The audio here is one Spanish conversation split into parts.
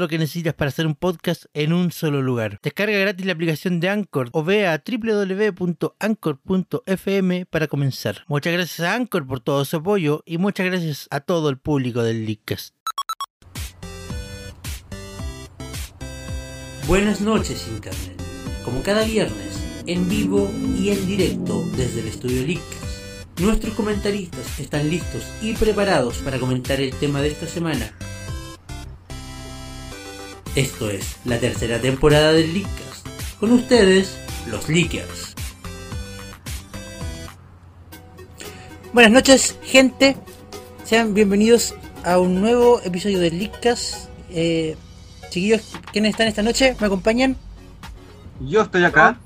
lo que necesitas para hacer un podcast en un solo lugar. Descarga gratis la aplicación de Anchor o ve a www.anchor.fm para comenzar. Muchas gracias a Anchor por todo su apoyo y muchas gracias a todo el público del Leadcast. Buenas noches Internet, como cada viernes, en vivo y en directo desde el estudio Leakcast. Nuestros comentaristas están listos y preparados para comentar el tema de esta semana. Esto es la tercera temporada del Leakcast. Con ustedes, los Leakers. Buenas noches, gente. Sean bienvenidos a un nuevo episodio de Lickas. Eh, chiquillos, ¿quiénes están esta noche? ¿Me acompañan? Yo estoy acá.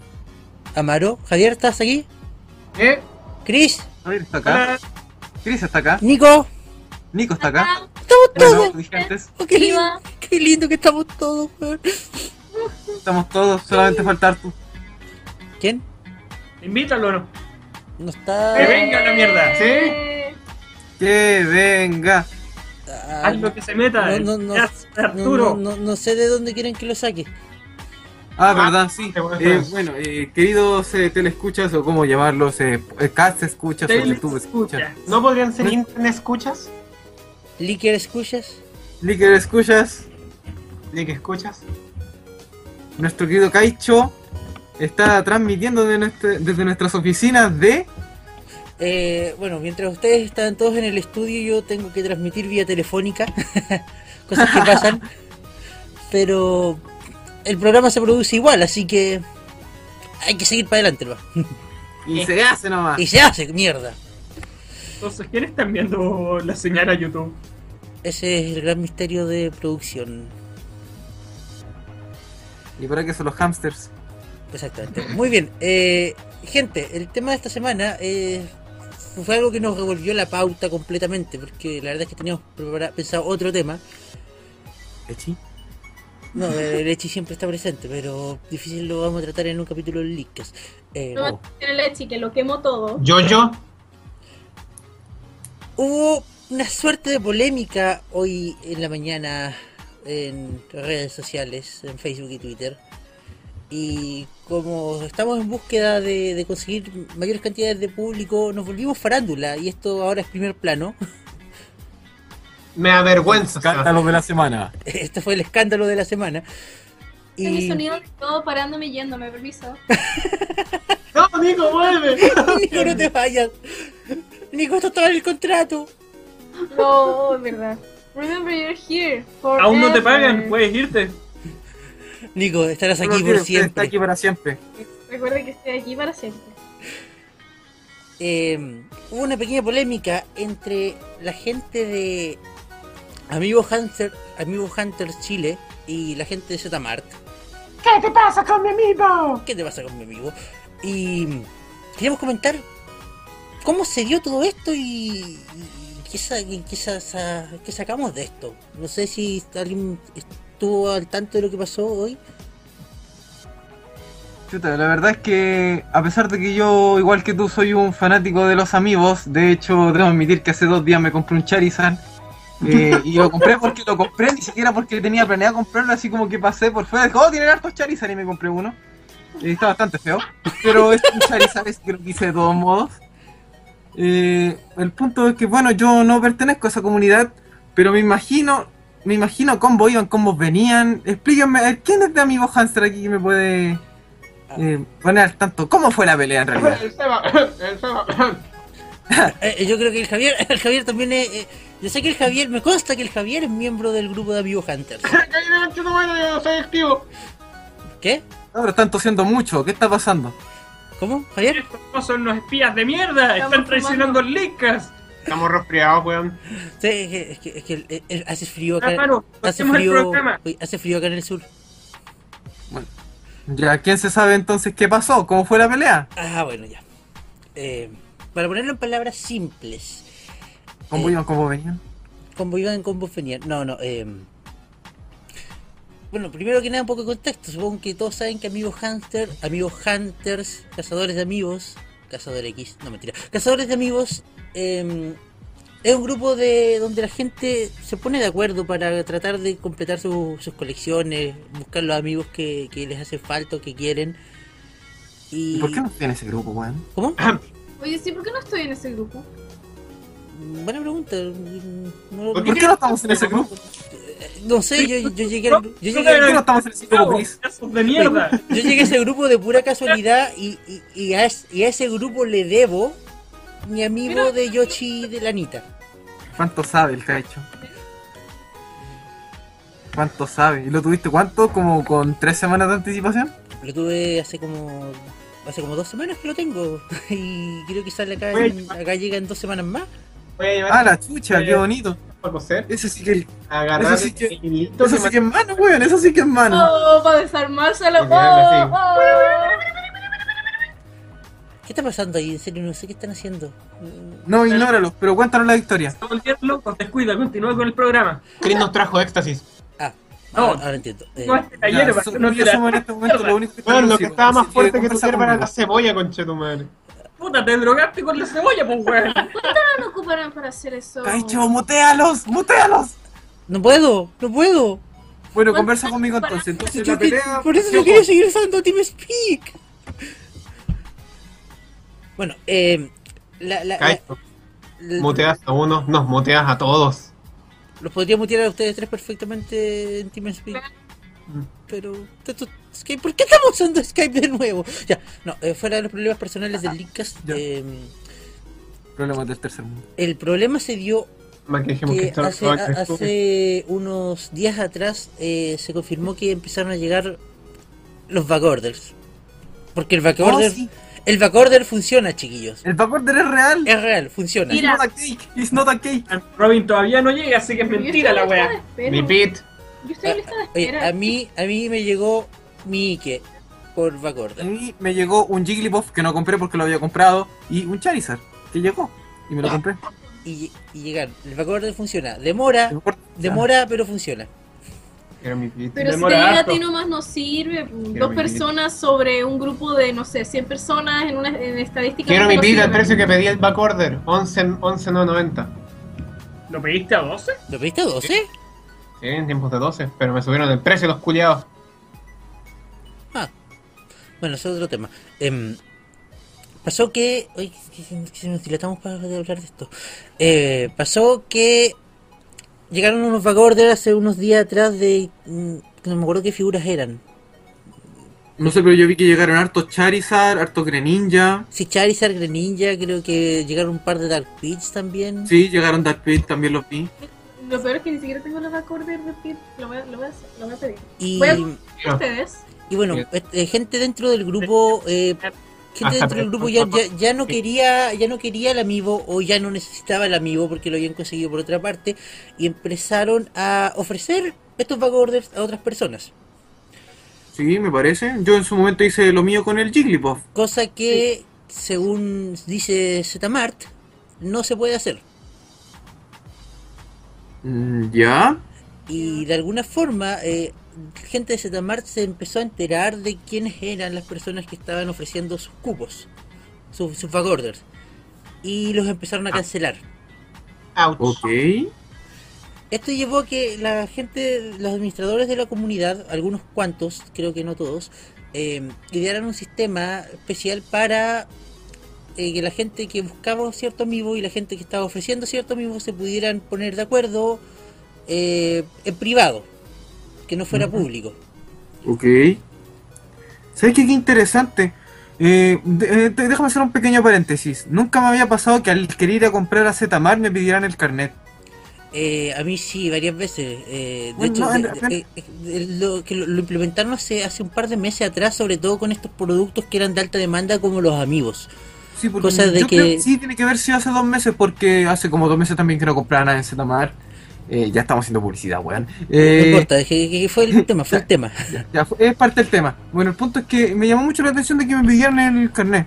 Amaro, Javier, ¿estás aquí? ¿Eh? Chris, Javier está acá. Cris está acá. Nico, Nico está Ah. Ah, acá. estamos Bueno, todos. lo dije antes. Oh, qué, lindo, qué lindo que estamos todos, weón. Estamos todos, solamente faltar tú. ¿Quién? Invítalo, ¿no? No Que está. venga la mierda. ¿Sí? Que venga. Ah, Haz lo que se meta. No, no, no. Ya, no, Arturo. no- no sé de dónde quieren que lo saque. Ah, Ah, verdad, sí. qué bueno. Eh, bueno, eh, queridos eh, teleescuchas o cómo llamarlos, eh, eh, cast escuchas o YouTube escuchas. ¿No podrían ser internet escuchas? Licker, ¿escuchas? Licker escuchas, ¿De qué escuchas? nuestro querido Caicho está transmitiendo de nuestra- desde nuestras oficinas de... Eh, bueno, mientras ustedes están todos en el estudio, yo tengo que transmitir vía telefónica, cosas que pasan, pero el programa se produce igual, así que hay que seguir para adelante, ¿no? Y se hace nomás. Y se hace, mierda. Entonces, ¿quiénes están viendo la señal a YouTube? Ese es el gran misterio de producción, Y por que son los hamsters. exactamente. Muy bien, eh, gente, el tema de esta semana eh, fue algo que nos revolvió la pauta completamente, porque la verdad es que teníamos prepara- pensado otro tema, Echi. No, el Echi siempre está presente, pero difícil lo vamos a tratar en un capítulo de Lickas. Eh, No, tiene leche E que lo quemo todo. Yo, yo. Hubo una suerte de polémica hoy en la mañana en redes sociales, en Facebook y Twitter. Y como estamos en búsqueda de, de conseguir mayores cantidades de público, nos volvimos farándula y esto ahora es primer plano. Me avergüenza. Cántalos de la semana. Este fue el escándalo de la semana. Es mi Y sonido de todo parándome y yéndome, permiso. No, Nico, vuelve. Nico, no te vayas. Nico, esto estaba en el contrato. No, es verdad. Remember you're here. forever. Aún no te pagan, pues. puedes irte. Nico, estarás Solo aquí quiero por que Está siempre. aquí para siempre. Recuerda que estoy aquí para siempre. eh, hubo una pequeña polémica entre la gente de Amigo Hunter, Amigo Hunter Chile y la gente de Zmart. ¿Qué te pasa con mi amigo? ¿Qué te pasa con mi amigo? Y queríamos comentar cómo se dio todo esto y, y qué, sa- y qué sa- sa- qué sacamos de esto. No sé si alguien estuvo al tanto de lo que pasó hoy. Chuta, la verdad es que a pesar de que yo, igual que tú, soy un fanático de los amigos, de hecho, debo admitir que hace dos días me compré un Charizard. eh, y lo compré porque lo compré, ni siquiera porque tenía planeado comprarlo, así como que pasé por fuera, dije, oh, tienen hartos Charizard y me compré uno. Eh, está bastante feo, pero es un Charizard, es que lo quise de todos modos. Eh, el punto es que, bueno, yo no pertenezco a esa comunidad, pero me imagino, me imagino cómo iban, cómo venían. Explíquenme, eh, ¿quién es de amigo Hamster aquí que me puede eh, poner al tanto? ¿Cómo fue la pelea en realidad? Eh, yo creo que el Javier, el Javier también es. eh, yo sé que el Javier, me consta que el Javier es miembro del grupo de Amigo Hunters. yo soy activo. ¿Qué? Ahora están tosiendo mucho. ¿Qué está pasando? ¿Cómo, ¿Eh? Javier? Estos no son los espías de mierda. Están Estamos traicionando fumando. al Lickas. Estamos resfriados, weón. Sí, es que, es que, es que, eh, eh, hace frío acá. Ah, paro. hace Hacemos el frío, programa. oye, hace frío acá en el sur. Ya, ¿quién se sabe entonces qué pasó? ¿Cómo fue la pelea? Ah, bueno, ya. Eh, para ponerlo en palabras simples, ¿Cómo Eh. iban? ¿Cómo venían? combo iban, combo venían. No, no, eh, Bueno, primero que nada, un poco de contexto. Supongo que todos saben que amigos Hunter, amigos Hunters, cazadores de amigos, cazador X, no mentira, cazadores de amigos, eh, es un grupo de donde la gente se pone de acuerdo para tratar de completar su- sus colecciones, buscar los amigos que, que les hace falta o que quieren. Y... ¿Y por qué no tiene ese grupo, weón? ¿Cómo? Oye, sí, ¿por qué no estoy en ese grupo? Buena pregunta. mm, No, ¿Por qué no estamos en ese grupo? no sé, yo, yo llegué al- yo llegué ¿Por al- qué no estamos en ese grupo, Chris? Casos de mierda. yo llegué a ese grupo de pura casualidad y, y, y a, es- y a ese grupo le debo mi amigo de Yoshi y de Lanita. ¿Cuánto sabe el cacho? ¿Cuánto sabe? ¿Y lo tuviste cuánto? ¿Como con tres semanas de anticipación? Lo tuve hace como hace como dos semanas que lo tengo y creo que sale acá, Oye, en- acá llega en dos semanas más. Voy a llevar Ah, la chucha, qué bonito. a coser. Ese sí que, Agarrar Eso sí que- el hilito eso sí que es mano, weón. Eso sí que es Ah, mano. Oh, para desarmárselo. Y tirarla Oh, oh. ¿Qué está pasando ahí? En serio, no sé qué están haciendo. No, ignóralo, pero cuéntanos la historia. Se volvieron locos. Descuida, continúa con el programa. Chris nos trajo éxtasis. No. Ahora, ahora entiendo. Eh, No, este Ya, taller va a so- ser una yo somos en este momento lo único que Weón, lo que conocemos, estaba más así fuerte que tu conversa sierva era la conmigo. cebolla, conchetumadre. Puta, te drogaste con la cebolla, pues, weón. oh, no ocuparán para hacer eso? Caicho, mutealos, mutealos. No puedo, no puedo. Bueno, ¿Cuánto conversa conmigo para- entonces. Entonces Yo la que- pelea. por eso ¿qué yo ojo? quería seguir usando Team Speak. Bueno, eh, la- la- la- Eh, Caicho, la- muteas a uno, nos muteas a todos. los podría mutear a ustedes tres perfectamente en Team Speak. Pero, tanto Skype- ¿por qué estamos usando Skype de nuevo? Ya, no, eh, fuera de los problemas personales del Linkcast, Em, Ya. Problemas del tercer mundo. el problema se dio Más que dijimos que que esto no hace, estaba a- Chris. hace unos días atrás eh, se confirmó que empezaron a llegar los backorders. Porque el backorder, Oh, sí, el backorder funciona, chiquillos. El backorder es real. Es real, funciona. It's Mira. not a cake. It's not a cake. Robin todavía no llega, así que es Yo mentira estoy la weá. en lista de espera. Mi pit. Yo estoy en lista de Oye, espera. a mí, a mí me llegó mi Ike por A Bacorda. mí me llegó un Jigglypuff que no compré porque lo había comprado y un Charizard que llegó y me lo compré. Y, y llegaron. El Bacorda funciona. Demora, No importa. demora, pero funciona. Era mi pit. Pero si te Demora llega a harto. ti nomás no sirve. Quiero Dos mi personas sobre un grupo de, no sé, 100 personas en una en estadística. Quiero mi pit vida al precio que pedí el backorder. 11, 11.990. ¿Lo pediste a 12? ¿Lo pediste a 12? Sí, en tiempos de 12, pero me subieron el precio los culiados. Bueno, ese es otro tema. Em, pasó que. Uy, que se- que se nos dilatamos para hablar de esto. Eh, pasó que. Llegaron unos Bacorder hace unos días atrás de. mm, No me acuerdo qué figuras eran. No sé, pero yo vi que llegaron hartos Charizard, hartos Greninja. Si Charizard, Greninja, creo que llegaron un par de Dark Pitch también. Sí, llegaron Darkpit, también los vi. Lo peor es que ni siquiera tengo los acordes de pit. Lo voy a, lo voy a, hacer- lo voy a pedir. Y. Bueno. ¿Y No. Ah. ustedes? Y bueno, Bien. este, gente dentro del grupo, eh, gente Hasta dentro pre- del grupo ya, ya, ya no quería, ya no quería el amigo o ya no necesitaba el amigo porque lo habían conseguido por otra parte y empezaron a ofrecer estos back orders a otras personas, Sí, me parece. Yo en su momento hice lo mío con el Jigglypuff. cosa que según dice Zmart no se puede hacer. Mm, ¿Ya? Y de alguna forma, eh, gente de Zmart se empezó a enterar de quiénes eran las personas que estaban ofreciendo sus cupos, sus, sus back orders, y los empezaron a cancelar. Ouch. Ok. Esto llevó a que la gente, los administradores de la comunidad, algunos cuantos, creo que no todos, eh, idearan un sistema especial para eh, que la gente que buscaba un cierto amigo y la gente que estaba ofreciendo cierto amigo se pudieran poner de acuerdo eh, en privado, que no fuera Ujú. público. Ok. ¿Sabes qué? Qué interesante. Eh, de- eh, te- déjame hacer un pequeño paréntesis. Nunca me había pasado que al querer ir a comprar a Zetamar me pidieran el carnet. Eh, a mí sí, varias veces. eh, de Bueno, hecho, en de- de- eh, eh, lo, que lo, lo implementaron hace, hace un par de meses atrás, sobre todo con estos productos que eran de alta demanda como los amigos. Sí, porque Cosa de yo creo que- que sí tiene que haber sido hace dos meses, porque hace como dos meses también que no compraba nada en Zetamar. Eh, ya estamos haciendo publicidad, weón. No Eh, importa, es que, que fue el tema, fue el tema. Ya, fu- es parte del tema. Bueno, el punto es que me llamó mucho la atención de que me pidieran el carnet.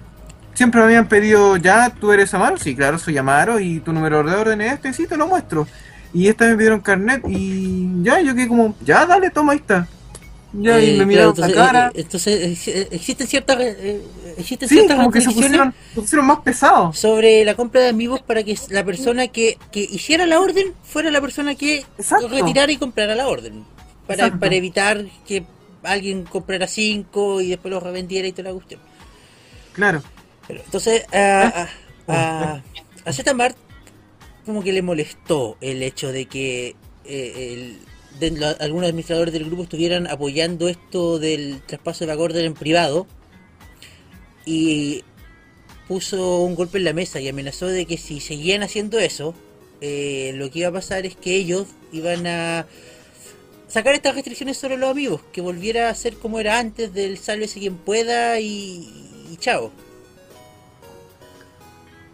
Siempre me habían pedido, ya, tú eres Amaro, sí, claro, soy Amaro y tu número de orden es este, sí, te lo muestro. Y esta me pidieron carnet y ya, yo quedé como, ya, dale, toma, ahí está. Ya, Eh, y me claro, miraron entonces, la cara. eh, entonces, eh, existen ciertas, re- eh, existen sí, ciertas como que se restricciones pusieron, se pusieron más pesados. sobre la compra de amigos para que la persona que, que hiciera la orden fuera la persona que Exacto. retirara y comprara la orden. Para, Exacto. para evitar que alguien comprara cinco y después los revendiera y toda la cuestión. Claro. Pero, entonces, a, a, a, a Zetamar como que le molestó el hecho de que eh, el- de lo- algunos administradores del grupo estuvieran apoyando esto del traspaso de Backorder en privado y puso un golpe en la mesa y amenazó de que si seguían haciendo eso, eh, lo que iba a pasar es que ellos iban a sacar estas restricciones sobre los amigos, que volviera a ser como era antes del sálvese quien pueda y, y chao.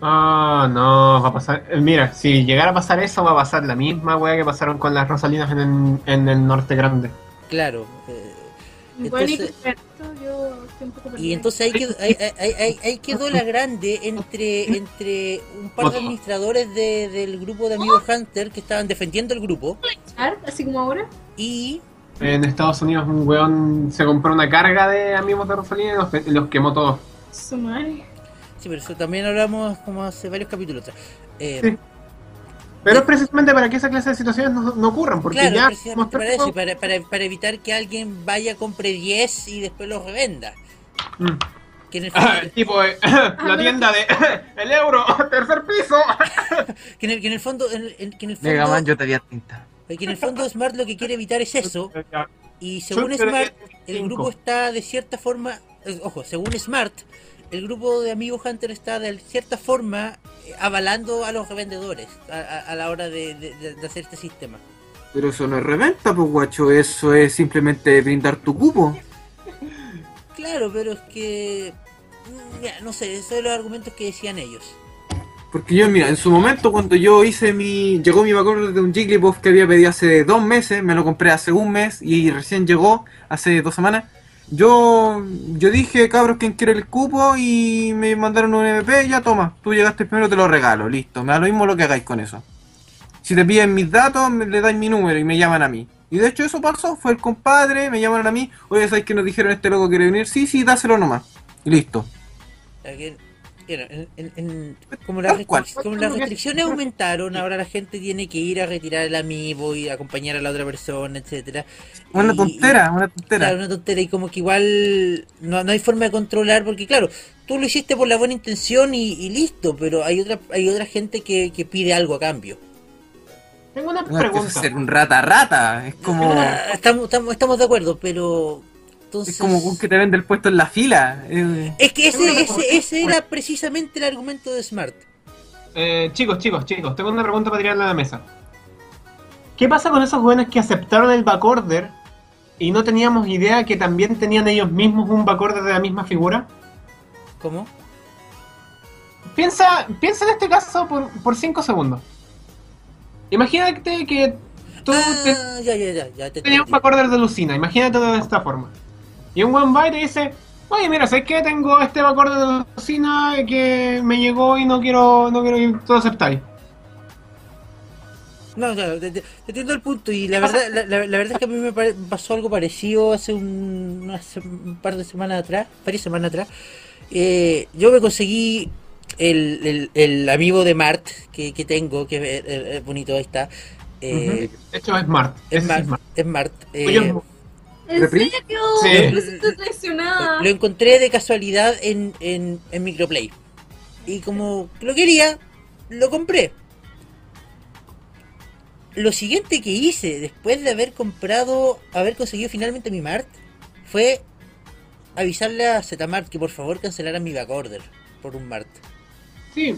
Ah, no, va a pasar. eh, Mira, si llegara a pasar eso, va a pasar la misma wea que pasaron con las Rosalinas en el, en el norte grande. Claro. eh, Igual y Entonces- con esto yo estoy un poco perdida. y entonces ahí quedó, ahí, ahí- ahí- ahí quedó la grande entre, entre un par de administradores de- del grupo de amigos Hunter que estaban defendiendo el grupo Char, Así como ahora. y En Estados Unidos, un weón se compró una carga de amigos de Rosalina y los, pe- los quemó todos. Su madre. sí, pero eso también hablamos como hace varios capítulos atrás. Eh, Sí. Pero es precisamente para que esa clase de situaciones no, no ocurran, porque claro, ya hemos precisamente para eso, y para, para- para evitar que alguien vaya, compre 10 y después los revenda. Mm. Que en el Ah, fondo, el tipo de la tienda de el euro, tercer piso. que en el, que en el fondo, en el- en- que en el Mega Man, fondo, yo te había tinta. que en el fondo Smart lo que quiere evitar es eso. Y según Yo Smart, creo que el cinco. grupo está de cierta forma, eh, ojo, según Smart, el grupo de amigos Hunter está de cierta forma eh, avalando a los revendedores a, a- a la hora de, de- de- de hacer este sistema. Pero eso no es reventa, pues guacho, eso es simplemente brindar tu cupo. Claro, pero es que... mm, mira, no sé, esos son los argumentos que decían ellos. Porque yo, mira, en su momento cuando yo hice mi... Llegó mi backup de un Jigglypuff que había pedido hace dos meses, me lo compré hace un mes y recién llegó hace dos semanas. Yo yo dije, cabros, ¿quién quiere el cupo? Y me mandaron un MP, ya toma, tú llegaste primero, te lo regalo, listo. Me da lo mismo lo que hagáis con eso. Si te piden mis datos, me- le dais mi número y me llaman a mí. Y de hecho eso pasó, fue el compadre, me llamaron a mí, oye, ¿sabéis que nos dijeron este loco quiere venir? Sí, sí, dáselo nomás. Y listo. O sea que, bueno, en- en- en- como, las Tal cual. restric- como las restricciones aumentaron, ahora la gente tiene que ir a retirar el amigo y acompañar a la otra persona, etcétera. Una Y- tontera, una tontera. Claro, una tontera y como que igual no, no hay forma de controlar porque claro, tú lo hiciste por la buena intención y, y listo, pero hay otra hay otra gente que, que pide algo a cambio. Tengo una No, es que eso es pregunta. ser un rata rata. Es como. Ah, Estamos, estamos, estamos de acuerdo, pero entonces Es como un que te vende el puesto en la fila. eh. Es que ese, Tengo una ese, pregunta. ese era precisamente el argumento de Smart. Eh, chicos, chicos, chicos, tengo una pregunta para tirarla a la mesa. ¿Qué pasa con esos jóvenes que aceptaron el backorder y no teníamos idea que también tenían ellos mismos un backorder de la misma figura? ¿Cómo? Piensa, piensa en este caso por 5 segundos. Imagínate que tú te- Ah, ya, ya, ya, ya te tenía un entendí. backorder de Lucina, imagínate de esta forma. Y un one by te dice, oye mira, ¿sabes qué? Tengo este backorder de Lucina que me llegó y no quiero, no quiero que tú lo aceptáis. No, claro, te, te- te entiendo el punto y la verdad, la, la- la verdad es que a mí me pare- pasó algo parecido hace un, unas- un par de semanas atrás, varias semanas atrás. Eh, yo me conseguí el, el, el amigo de Mart que, que tengo, que es, es- es bonito, ahí está. Eh, De hecho es Mart. Es ese Mart, es Mart. es Mart. eh, Oye, es Mart. ¿En ¿Reprim? serio? Sí. Me siento traicionada. lo encontré de casualidad en, en, en Microplay. Y como lo quería, lo compré. Lo siguiente que hice después de haber comprado, haber conseguido finalmente mi Mart, fue avisarle a Zmart que por favor cancelara mi backorder por un Mart. Sí,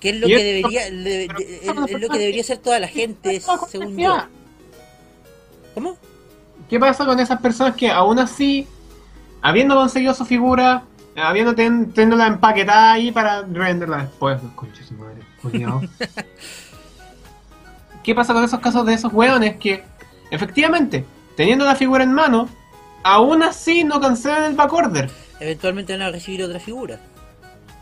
Que es lo Y que esto- debería, de- pero de- esto es- es una es lo que persona debería que- hacer toda la gente, Esto es una según yo. complejidad. ¿Cómo? ¿Qué pasa con esas personas que aún así, habiendo conseguido su figura, habiendo ten- teniéndola empaquetada ahí para revenderla después? No, concha su madre, culiao. ¿Qué pasa con esos casos de esos hueones que, efectivamente, teniendo la figura en mano, aún así no cancelan el backorder? Eventualmente van a recibir otra figura.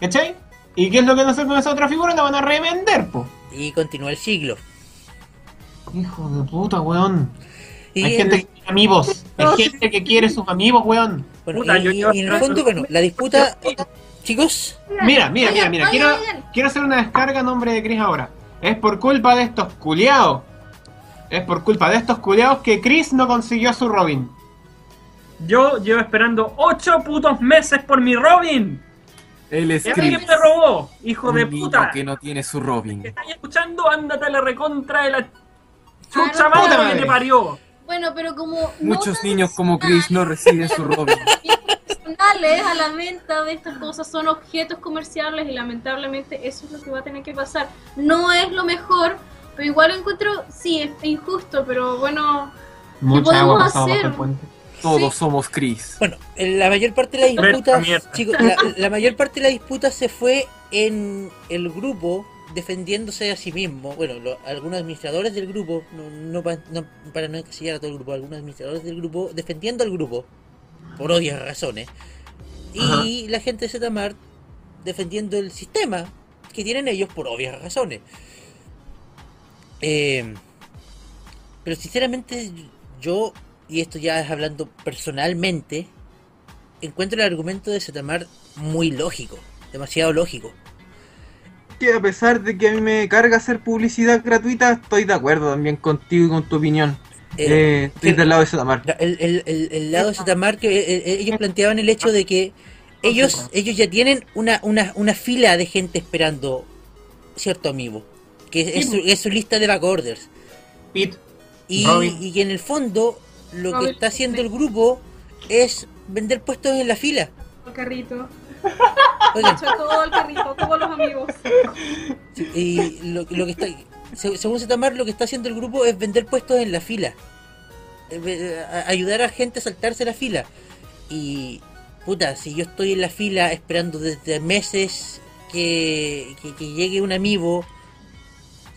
¿Cachai? ¿Y qué es lo que van a hacer con esa otra figura? La van a revender, po. Y continúa el siglo. Hijo de puta, weón. Y, Hay gente que quiere amigos. Hay gente que quiere sus amigos, weón. bueno, Puta, y- yo y- llevo y en el atrás- fondo, bueno, la este disputa, chicos, Mira, mira, mira, Oigan, mira. Quiero, oigan. quiero hacer una descarga a nombre de Chris ahora. Es por culpa de estos culiados. Es por culpa de estos culiados que Chris no consiguió a su Robin. Yo llevo esperando ocho putos meses por mi Robin. El Y a mí script. ¿Quién me robó? Hijo Un de niño puta. que no tiene su Robin. que estáis escuchando, ándate a la recontra de la chucha Ah, no, madre puta que te madre. parió. Bueno, pero como Muchos notas niños como Chris no reciben su Robin. personales a la venta de estas cosas son objetos comerciales y lamentablemente eso es lo que va a tener que pasar. No es lo mejor, pero igual lo encuentro, sí, es injusto, pero bueno, Mucha agua podemos pasaba bajo hacer? el puente. Todos somos Chris. bueno, la mayor parte de la Ver, disputa, mierda. chicos, la, la mayor parte de la disputa se fue en el grupo defendiéndose a sí mismo. Bueno, lo- algunos administradores del grupo, no, no pa- no- para no encasillar a todo el grupo, algunos administradores del grupo defendiendo al grupo por odias razones. Y la gente de Zetamar defendiendo el sistema que tienen ellos por obvias razones. Eh, pero sinceramente yo, y esto ya es hablando personalmente, encuentro el argumento de Zetamar muy lógico, demasiado lógico. que a pesar de que a mí me carga hacer publicidad gratuita, estoy de acuerdo también contigo y con tu opinión. Eh, Eh, estoy del lado de Satamar. la- el, el- el- el lado de Zetamar que eh, eh, ellos planteaban el hecho de que ellos, ellos ya tienen una, una, una fila de gente esperando cierto amigo, que es su, pues. es su lista de backorders. Pit. Y, Robin. y que en el fondo lo que Robin, está haciendo sí. el grupo es vender puestos en la fila. el carrito, Oigan, hecho todo el carrito, todos los amigos. y lo, lo que está, se- según Zetamar, lo que está haciendo el grupo es vender puestos en la fila. Eh, ve- a- ayudar a gente a saltarse la fila. Y puta, si yo estoy en la fila esperando desde meses que, que- que llegue un amigo,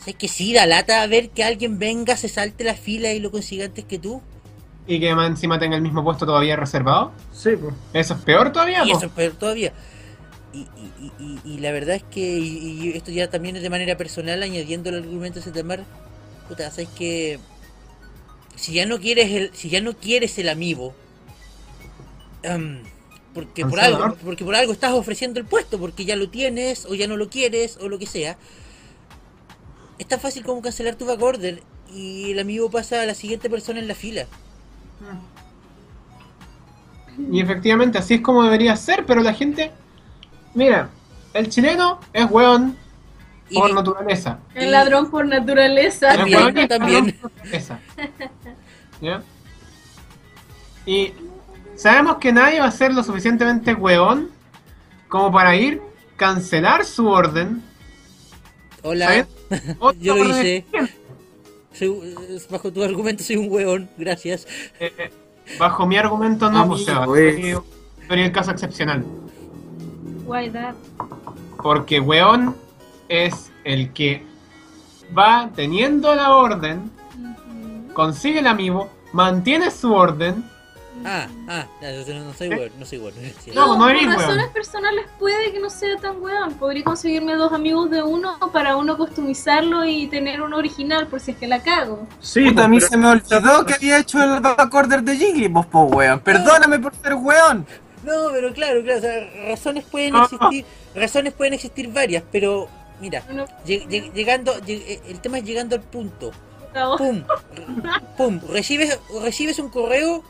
sé que sí, da lata a ver que alguien venga, se salte la fila y lo consiga antes que tú. Y que más encima tenga el mismo puesto todavía reservado. Sí, pues. Eso es peor todavía, Y po. eso es peor todavía. Y, y- y- y- y la verdad es que y- y esto ya también es de manera personal, añadiendo el argumento de Setamar, puta, sabes que si ya no quieres el, si ya no quieres el amigo, em, porque por Cancelador. algo, porque por algo estás ofreciendo el puesto, porque ya lo tienes, o ya no lo quieres, o lo que sea, es tan fácil como cancelar tu backorder y el amigo pasa a la siguiente persona en la fila. Y efectivamente, así es como debería ser, pero la gente. Mira, el chileno es weón Y por vi- naturaleza. El ladrón por naturaleza. Ya, También, Ah, bueno, también. Esa. ¿Ya? Y sabemos que nadie va a ser lo suficientemente hueón como para ir, cancelar su orden. Hola, ¿sabes? Otra yo lo orden hice. exigente. Soy- eh, bajo tu argumento soy un hueón, gracias. Eh, eh, bajo mi argumento no, pues, Amigo, Seba, es. sería- sería el caso excepcional. Why that? Porque weón es el que va teniendo la orden, Ujú. consigue el amigo, mantiene su orden. Ah, ah, no, yo no, no soy hueón, no soy hueón. gracias. No, No, por eres weón. razones personales puede que no sea tan weón. Podría conseguirme dos amigos de uno para uno customizarlo y tener uno original por si es que la cago. Sí, Puta, a mí pero- se me olvidó que había hecho el backorder de Jigglypuff, po weón. Perdóname por ser weón. No, pero claro, claro, o sea, razones pueden Ah. existir, razones pueden existir varias, pero mira, Uno lleg- lleg- llegando, lleg- eh, el tema es llegando al punto. cago. Pum, pum, recibes, recibes un correo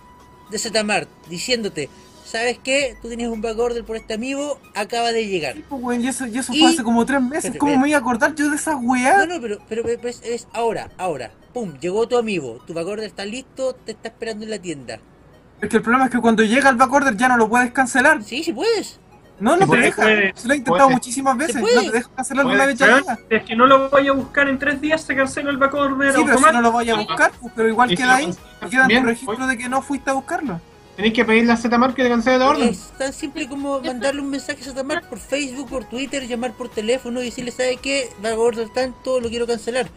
de Zetamart diciéndote, ¿sabes qué? Tú tienes un backorder por este amigo, acaba de llegar. Sí, po, weón, Y eso, y eso Y- fue hace como tres meses. Espérate, ¿Cómo espérate. me iba a acordar yo de esa No, weá? no, pero, pero, pero es, es ahora, ahora. Pum, llegó tu amigo, tu backorder está listo, te está esperando en la tienda. Porque el problema es que cuando llega el backorder ya no lo puedes cancelar. Sí, sí puedes. No, no Sí, te se deja. puede. Se lo he intentado Se puede. muchísimas veces. puede. No te dejan cancelar Puede. una vez ya. Sí, Es que no lo voy a buscar en tres días, se cancela el backorder pero si no automático. lo voy a buscar, pues, pero igual Y si queda lo ahí. cancelas Queda en también, tu registro de que no fuiste a buscarlo. Tenéis que pedirle a Zmar que te cancele la orden. Es tan simple como Eso- mandarle un mensaje a Satamar por Facebook, por Twitter, llamar por teléfono y decirle, ¿sabe qué? Va a guardar tanto, lo quiero cancelar.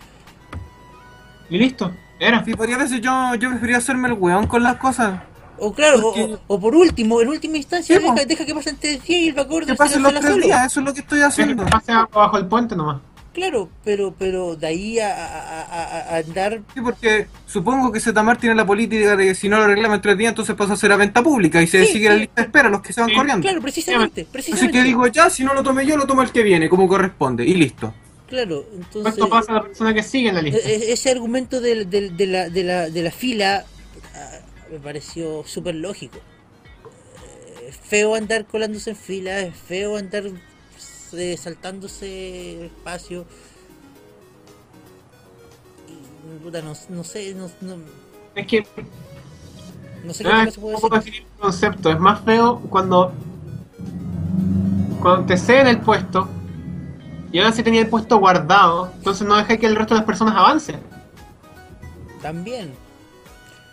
Y listo. Era. Sí, varias veces yo, yo prefería hacerme el weón con las cosas. O claro, o, Porque- o- o por último, en última instancia, Sí, po. deja, deja que pasen tres días y el backorder Que se pasen los cancela tres solo. días, eso es lo que estoy Que haciendo. pase abajo el puente nomás. Claro, pero, pero de ahí a, a- a- a- a andar... Sí, porque supongo que Zetamar tiene la política de que si no lo reclama en tres días, entonces pasa a ser a venta pública y se Sí, sigue la sí. lista de espera, los que se van Sí, corriendo. Claro, precisamente, Así precisamente. que digo, ya, si no lo tomé yo, lo toma el que viene, como corresponde, y listo. Claro, Esto entonces... pasa a la persona que sigue en la lista. e- e- Ese argumento del- del- de, la, de, la, de la fila ah, me pareció súper lógico. Eh, Es feo andar colándose en fila, es feo andar eh, saltándose el espacio. Y, puta, no, no sé, no, no- Es que no sé qué Ah, más se puede ¿cómo decir. definir el concepto? Es más feo cuando, cuando te ceden el puesto y ahora sí tenía el puesto guardado, entonces no deja que el resto de las personas avance. También.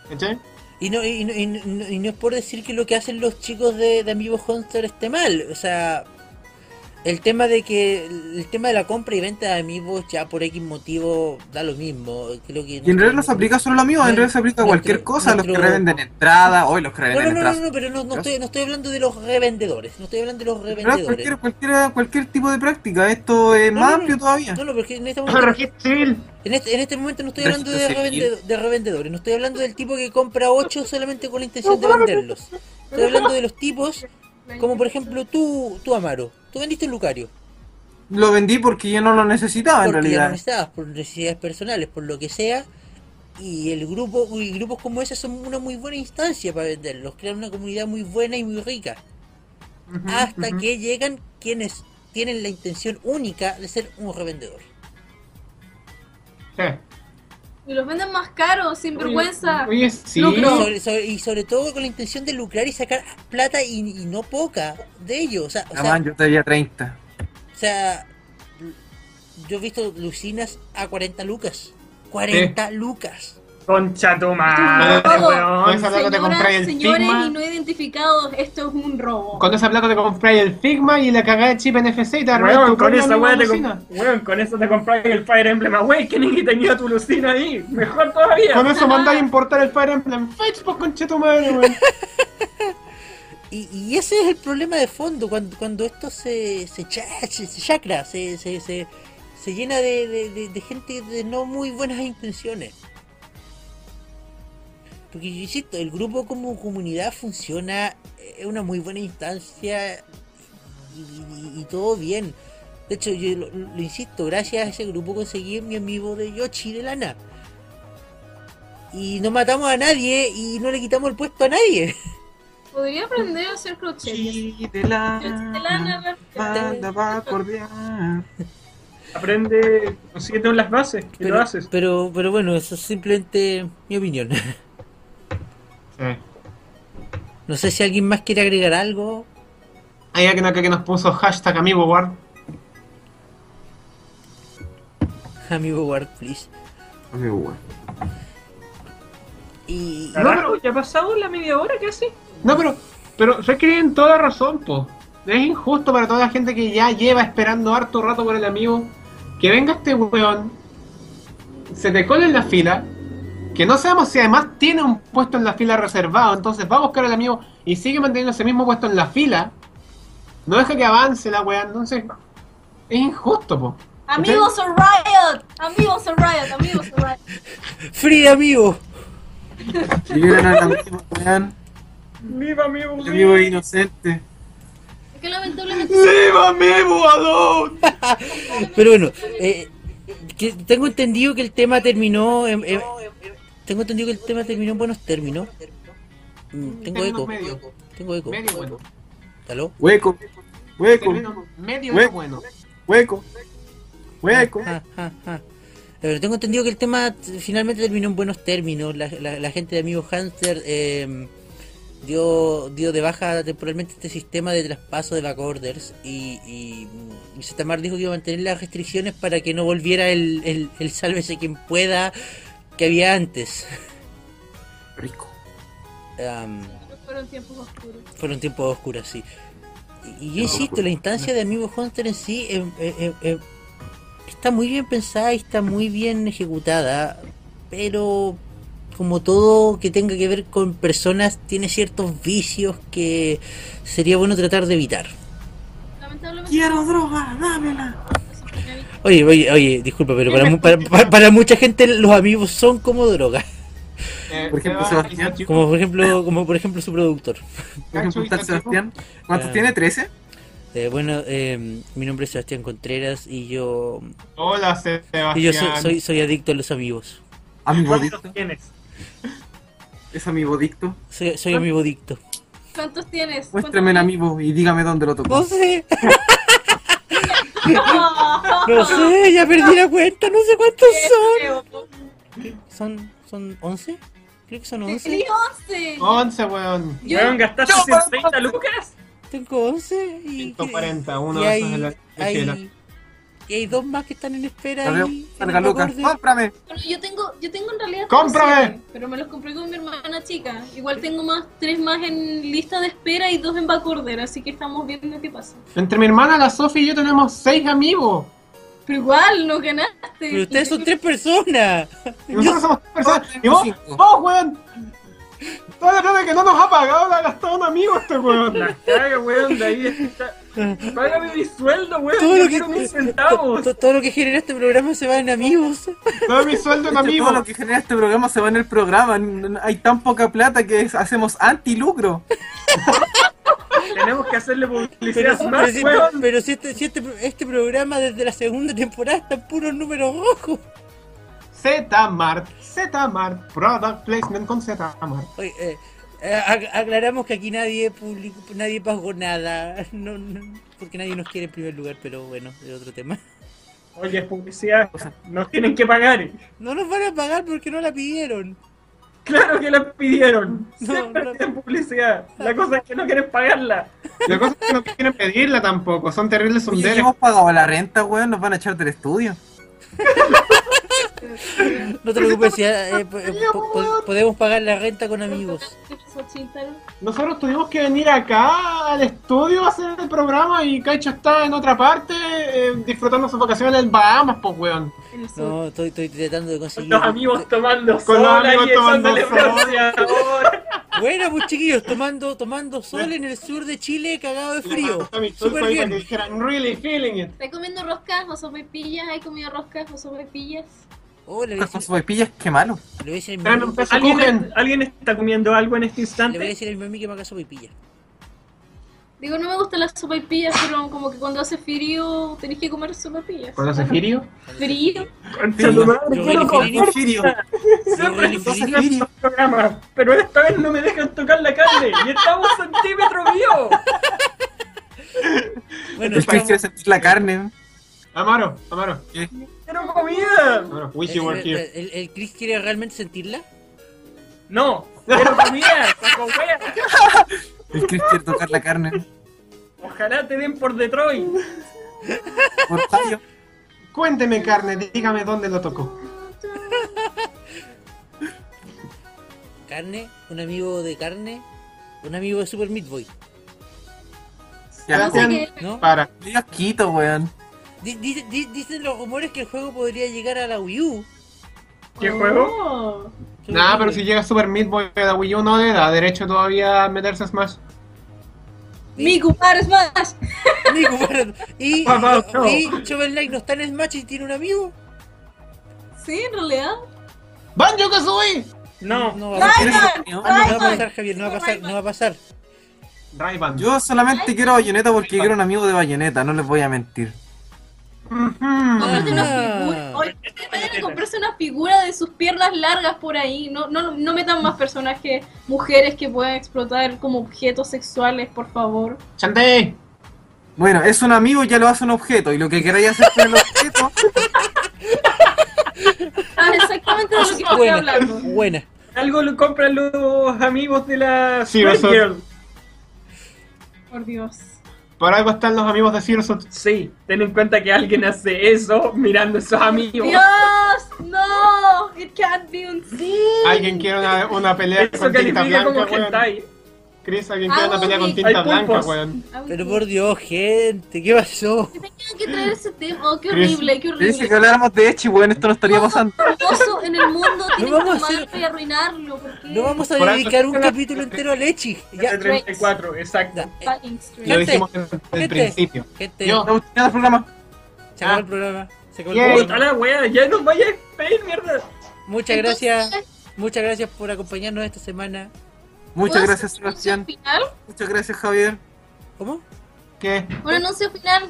¿Cachai? Y no, y, no, y no- y no es por decir que lo que hacen los chicos de, de Amiibo Hunter esté mal. O sea, el tema de que el tema de la compra y venta de Amiibo ya por X motivo da lo mismo. Creo que Y en realidad no se aplica solo a los míos, en Nuestro- realidad se aplica a cualquier nuestro- cosa, a los que nuestro- revenden entradas, hoy los que No, revenden no, no, no, entradas. no, pero no, no estoy, no estoy hablando de los revendedores. No estoy hablando de los En realidad, revendedores. Cualquier, cualquier, cualquier tipo de práctica, esto es No, más no, no. amplio todavía. No, no, porque en este momento, Registro civil. en este, en este momento no estoy hablando de, Registro civil. revendedor- de revendedores. No estoy hablando del tipo que compra 8 solamente con la intención de venderlos. Estoy hablando de los tipos Como por ejemplo tú, tú Amaro, tú vendiste Lucario. Lo vendí porque yo no lo necesitaba Ah, en porque ya no realidad. necesitabas, por necesidades personales, por lo que sea. Y el grupo, y grupos como ese son una muy buena instancia para venderlos, crean una comunidad muy buena y muy rica. Ujú, Hasta Mm, ujú. que llegan quienes tienen la intención única de ser un revendedor. Sí. Y los venden más caros, sin Ah, vergüenza. Oye, sí. Y Lucro. sobre- sobre- y sobre todo con la intención de lucrar y sacar plata y, y no poca de ellos. O sea, o Ah, sea, man, yo tenía 30. O sea, yo he visto lucinas a 40 lucas. 40 lucas. Concha tu Ah, madre, todo. weón. Puedes hablar que te Señoras, compráis el señores Figma. y no identificados, esto es un robo. Con esa plata te compráis el Figma y la cagada de chip NFC y te arreglas Weón, tu con propia esa weá te limusina. comp- weón, con eso te compras el Fire Emblem Awakening y tenía tu lucina ahí. Mejor todavía. Con eso mandáis a importar el Fire Emblem pues, Facebook, conchetumare, weón. Y, y ese es el problema de fondo, cuando, cuando esto se, se, cha- se- se chacra, se, se, se, se llena de, de- de- de gente de no muy buenas intenciones. Porque yo insisto, el grupo como comunidad funciona, eh, es una muy buena instancia y, y- y todo bien. De hecho, yo lo, lo insisto, gracias a ese grupo conseguí mi amigo de Yoshi de Lana. Y no matamos a nadie y no le quitamos el puesto a nadie. Podría aprender a hacer crochet. Y de la Crochet de lana, banda va a cordiar. Aprende, consiguiendo las bases y lo Pero, haces. pero, pero bueno, eso es simplemente mi opinión. Sí. No sé si alguien más quiere agregar algo. Hay alguien acá que nos puso hashtag amigo, guard. Amigo Ward, please. Amigo, bueno. Y No, pero ya ha pasado la media hora casi. No, pero, pero sé que tienen toda razón, po. Es injusto para toda la gente que ya lleva esperando harto rato por el amigo. Que venga este weón, se te cole en la fila, que no sabemos si además tiene un puesto en la fila reservado, entonces va a buscar al amigo y sigue manteniendo ese mismo puesto en la fila. No deja que avance la weá, entonces es injusto, po. Amigos on Riot, amigos on Riot, amigos on Riot. Free amigo. Liberen al amigo, weón. Viva amigo, El amigo es inocente. Es que lamentablemente ¡Viva mi volador! Pero bueno, eh, que- tengo entendido que el tema terminó en, en- tengo entendido que el tema terminó en buenos términos. Mm, Tengo Términos eco. medio. Tengo eco. Medio bueno. ¿Aló? Hueco, hueco, Término Medio Hue- bueno. hueco, hueco. Ah, ah, ah. Pero tengo entendido que el tema t- finalmente terminó en buenos términos. La, la- la gente de Amigo Hunter eh, dio, dio de baja temporalmente este sistema de traspaso de backorders y, y, y Setamar dijo que iba a mantener las restricciones para que no volviera el, el, el sálvese quien pueda que había antes. Rico. Am, Fueron tiempos oscuros. fueron tiempos oscuros, sí. Y- Y yo insisto, la instancia de Amiibo Hunter en sí em, em, em, em, está muy bien pensada y está muy bien ejecutada, pero como todo que tenga que ver con personas, tiene ciertos vicios que sería bueno tratar de evitar. Lamentablemente. Quiero droga, dámela. eso fue una víctima. Oye, oye, oye, disculpa, pero para, mu- para, para- para mucha gente los amigos son como droga, Eh, Por ejemplo, Seba, Sebastián. Pikachu, como por ejemplo, como por ejemplo su productor. Por ejemplo, está Sebastián. ¿Cuántos Eh. tiene? ¿13? Eh, bueno, em, mi nombre es Sebastián Contreras y yo Hola, Sebastián. y yo soy, soy, soy adicto a los amigos. Amibodicto. ¿Cuántos tienes? Es amibodicto. Soy, soy amigo adicto. ¿Cuántos tienes? Muéstrame el amigo y dígame dónde lo No tocó. sé, No, no sé, ya perdí la cuenta, no sé cuántos son. ¿Son, son 11? Creo que son 11. ¡Tenía 11! 11, weón. Yo- Weón, gastaste 130 lucas. Tengo 11 y... 140, uno y de hay, esos de la hay, y hay dos más que están en espera Salga- ahí. en Salga el Lucas, borde. Ah. cómprame. Bueno, yo tengo, yo tengo en realidad. ¡Cómprame! siete, Pero me los compré con mi hermana chica. Igual tengo más, tres más en lista de espera y dos en backorder, así que estamos viendo qué pasa. Entre mi hermana, la Sofi y yo tenemos 6 amigos. Pero igual, no ganaste. Pero ustedes son tres personas. Y nosotros somos tres personas. Yo- Y vos, Cinco. vos, weón. Toda la plata que no nos ha pagado la ha gastado un amigo este weón. La caga, weón, de ahí está. Págame mi sueldo, weón. Todo yo lo que- quiero mis To- centavos. to- Todo lo que genera este programa se va en amigos. Todo mi sueldo en De hecho, amigos. Todo lo que genera este programa se va en el programa. N- n- Hay tan poca plata que es- hacemos antilucro. Tenemos que hacerle publicidad Pero, a pero si, Smash, weón. pero si este, si este, este programa desde la segunda temporada está en puros números rojos. Z-Mart. Z-Mart. Product placement con Z-Mart. Oye, eh, eh, ac- aclaramos que aquí nadie publicó, nadie pagó nada, no, no, porque nadie nos quiere en primer lugar, pero bueno, es otro tema. Oye, es publicidad. Nos tienen que pagar. No nos van a pagar porque no la pidieron. Claro que la pidieron. No, Siempre no. piden publicidad. La cosa es que no quieren pagarla. La cosa es que no quieren pedirla tampoco. Son terribles Oye, sonderos. si hemos pagado la renta, weón, nos van a echar del estudio. No te preocupes, ya, eh, po- eh, po- po- podemos pagar la renta con amigos. Nosotros tuvimos que venir acá al estudio a hacer el programa y Caicho está en otra parte eh, disfrutando sus vacaciones en Bahamas, pues weón. No, estoy, estoy tratando de Con conseguir. los amigos tomando Con los sola amigos y eso tomando dándole sola. bronceador. Bueno, pues chiquillos, tomando, tomando sol en el sur de Chile, cagado de frío. A mi Súper ahí para que bien. dijeran, really feeling it. ¿Estás comiendo roscas o sopepillas? ¿Has comido roscas o sopepillas? Oh, le voy a Con decir, sus pillas, qué malo. le voy a decir a mi Tráeme mami- un peso, ¿Alguien, cogen. ¿Alguien está comiendo algo en este le voy a instante? decir a mi mami que me haga sopipilla. Digo, no me gustan las sopepillas, pero como que cuando hace frío tenés que comer sopepillas. ¿Cuándo se girio? Frío. Concha tu madre, Yo quiero voy a comer. definir- Porfirio. yo voy a Siempre les definir- hacen estos programas, pero esta vez no me dejan tocar la carne y estamos centímetro mío. Bueno, El Chris quiere estamos- sentir la carne. Amaro, Amaro, Quiero comida. Amaro, wish you were el, here. el- el Chris quiere realmente sentirla. No, quiero comida, saco wea. El Chris quiere tocar la carne. Ojalá te den por Detroit. Por Ohio. Cuénteme carne, dígame dónde lo tocó. Carne, un amigo de carne, un amigo de Super Meat Boy, Ya, No sé weón. qué. ¿no? Para. Medio asquito, weón. Di- di- di- dicen los rumores que el juego podría llegar a la Wii U. ¿Qué juego? Oh. Super Nah, Meat pero Boy. si llega Super Meat Boy a la Wii U no le da derecho todavía a meterse a Smash. Miku, para Smash. Nico, perdón. y, Ah, Papá, no. y Shovel Knight no está en Smash y tiene un amigo. Sí, en realidad. ¡Banjo Kazooie! No, va a pasar. ¿No? Ah, no va a Rayman. pasar, Javier, no va a pasar, no va a pasar. Rayban. Yo solamente quiero bayoneta porque quiero un amigo de bayoneta, no les voy a mentir. Aparte una Ah. figura. Oye, ustedes vayan a comprarse una figura de sus piernas largas por ahí. No, no, no metan más personajes, mujeres que puedan explotar como objetos sexuales, por favor. ¡Chante! Bueno, es un amigo y ya lo hace un objeto. Y lo que queráis hacer con el objeto, Ah, exactamente de lo que estoy Buena, hablando. buena. Algo lo compran los amigos de la Sí, Squid eso- Girl. Por Dios. Por algo están los amigos de Zero Sí, ten en cuenta que alguien hace eso mirando a esos amigos. Dios, no, it can't be un sí. Alguien quiere una, una pelea Eso con tinta califica blanca, como weón. hentai. Chris, alguien quiere Ah, una pelea con Ay, tinta blanca, pulpos. weón. Pero por Dios, gente, ¿qué pasó? Ah, Que tenían que traer ese tema. Oh, qué Chris, horrible, qué Le dice que horrible. habláramos de Echi, weón, esto no estaría pasando. Oso en el mundo tiene que vamos a hacer- tomarlo y arruinarlo. Porque No vamos a Por algo dedicar un se- capítulo entero a Lechi. Ya, 34, exacto. ya, eh, Fucking straight. Lo Gente, dijimos desde el gente. principio. gente, Yo- La última del programa. se acabó Ah. el programa. Se acabó Yay. el Puta programa. la wea, ya no vayas a pedir mierda. Muchas Entonces, gracias, muchas gracias por acompañarnos esta semana. Muchas ¿puedo gracias, hacer un anuncio Sebastián. final? Muchas gracias, Javier. ¿Cómo? ¿Qué? Un anuncio final.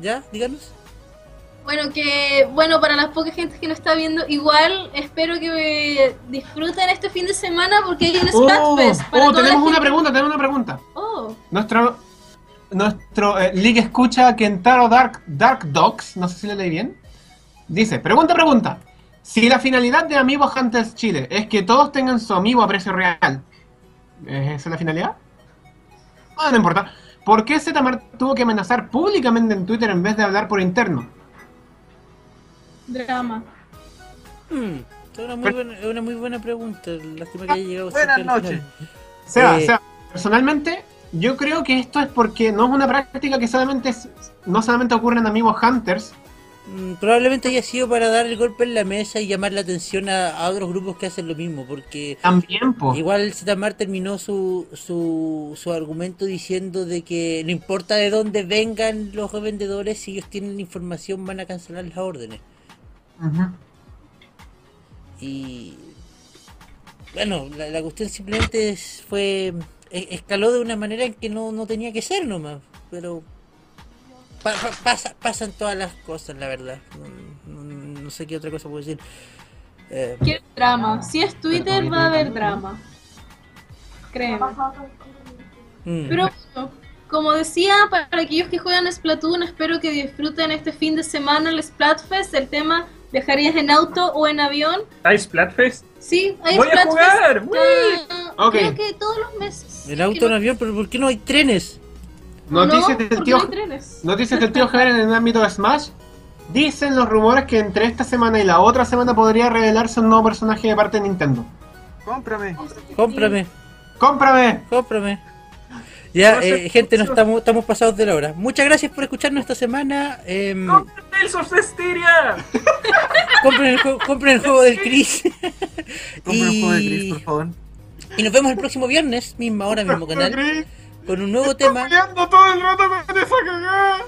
¿Ya? Díganos. Bueno, que bueno, para las pocas gentes que no está viendo, igual espero que eh, disfruten este fin de semana porque hay un Oh, Splatfest. para oh, toda la tenemos una gente- pregunta, tenemos una pregunta. Oh, Nuestro, nuestro eh, League escucha Kentaro Dark, Dark Dogs, no sé si lo leí bien. Dice, pregunta, pregunta. Si la finalidad de Amiibo Hunters Chile es que todos tengan su amigo a precio real, ¿es esa la finalidad? Ah, no importa. ¿Por qué Zetamar tuvo que amenazar públicamente en Twitter en vez de hablar por interno? drama. Hmm. Mm, es una muy, buena, es una muy buena pregunta. Lástima que haya llegado. Buenas cerca del noches. final. Seba, Eh. Seba, personalmente, yo creo que esto es porque no es una práctica que solamente es- no solamente ocurre en amigos hunters. Mm, probablemente haya sido para dar el golpe en la mesa y llamar la atención a, a otros grupos que hacen lo mismo, porque También, po. Igual Zetamar terminó su, su, su argumento diciendo de que no importa de dónde vengan los revendedores, si ellos tienen la información van a cancelar las órdenes. Ujú. Y bueno, la, la cuestión simplemente es- fue e- escaló de una manera en que no, no tenía que ser nomás, pero pa- pa- pasa- pasan todas las cosas, la verdad. No, no- no sé qué otra cosa puedo decir. Eh, Quiero drama. Si es Twitter, va a haber drama. Créeme. mm. Pero bueno, como decía, para aquellos que juegan Splatoon, espero que disfruten este fin de semana el Splatfest. El tema, ¿viajarías en auto o en avión? ¿Hay Splatfest? Sí, hay ¡Voy a Splatfest. jugar! ¡Wii! ah, Ok. Creo que todos los meses. en auto, en avión, pero ¿por qué no hay trenes? Noticias del porque tío no hay trenes. Noticias del tío Javier en el ámbito de Smash. Dicen los rumores que entre esta semana y la otra semana podría revelarse un nuevo personaje de parte de Nintendo. Cómprame. Cómprame. ¡Cómprame! Cómprame. Ya, No sé, eh, gente, no no. estamos, estamos pasados de la hora. Muchas gracias por escucharnos esta semana. em, ¡Tales of Cestiria! compren, el juego, compren el juego del Chris. Compra un juego de Chris, Y- por favor. Y nos vemos el próximo viernes, misma hora, mismo canal, Chris, con un nuevo estoy este tema. peleando todo el rato con esa cagada!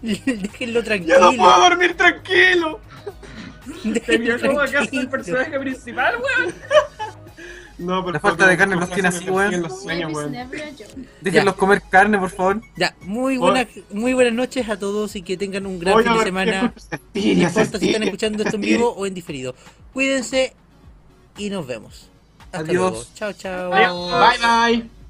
Déjenlo ¡Ya no puedo tranquilo. dormir tranquilo! ¿Te Déjenlo vio como acaso el tranquilo. personaje principal, weón? No, pero La falta de carne los tiene así, weón. Los sueños, Life is weón. never a joke. Déjenlos comer carne, por favor. Ya, muy buenas, muy buenas noches a todos y que tengan un gran Voy fin a de ver semana. qué escucha No Cestiria, importa si están Cestiria. escuchando esto en vivo o en diferido. Cuídense y nos vemos. Hasta Adiós. luego. Chao, chao. Bye bye.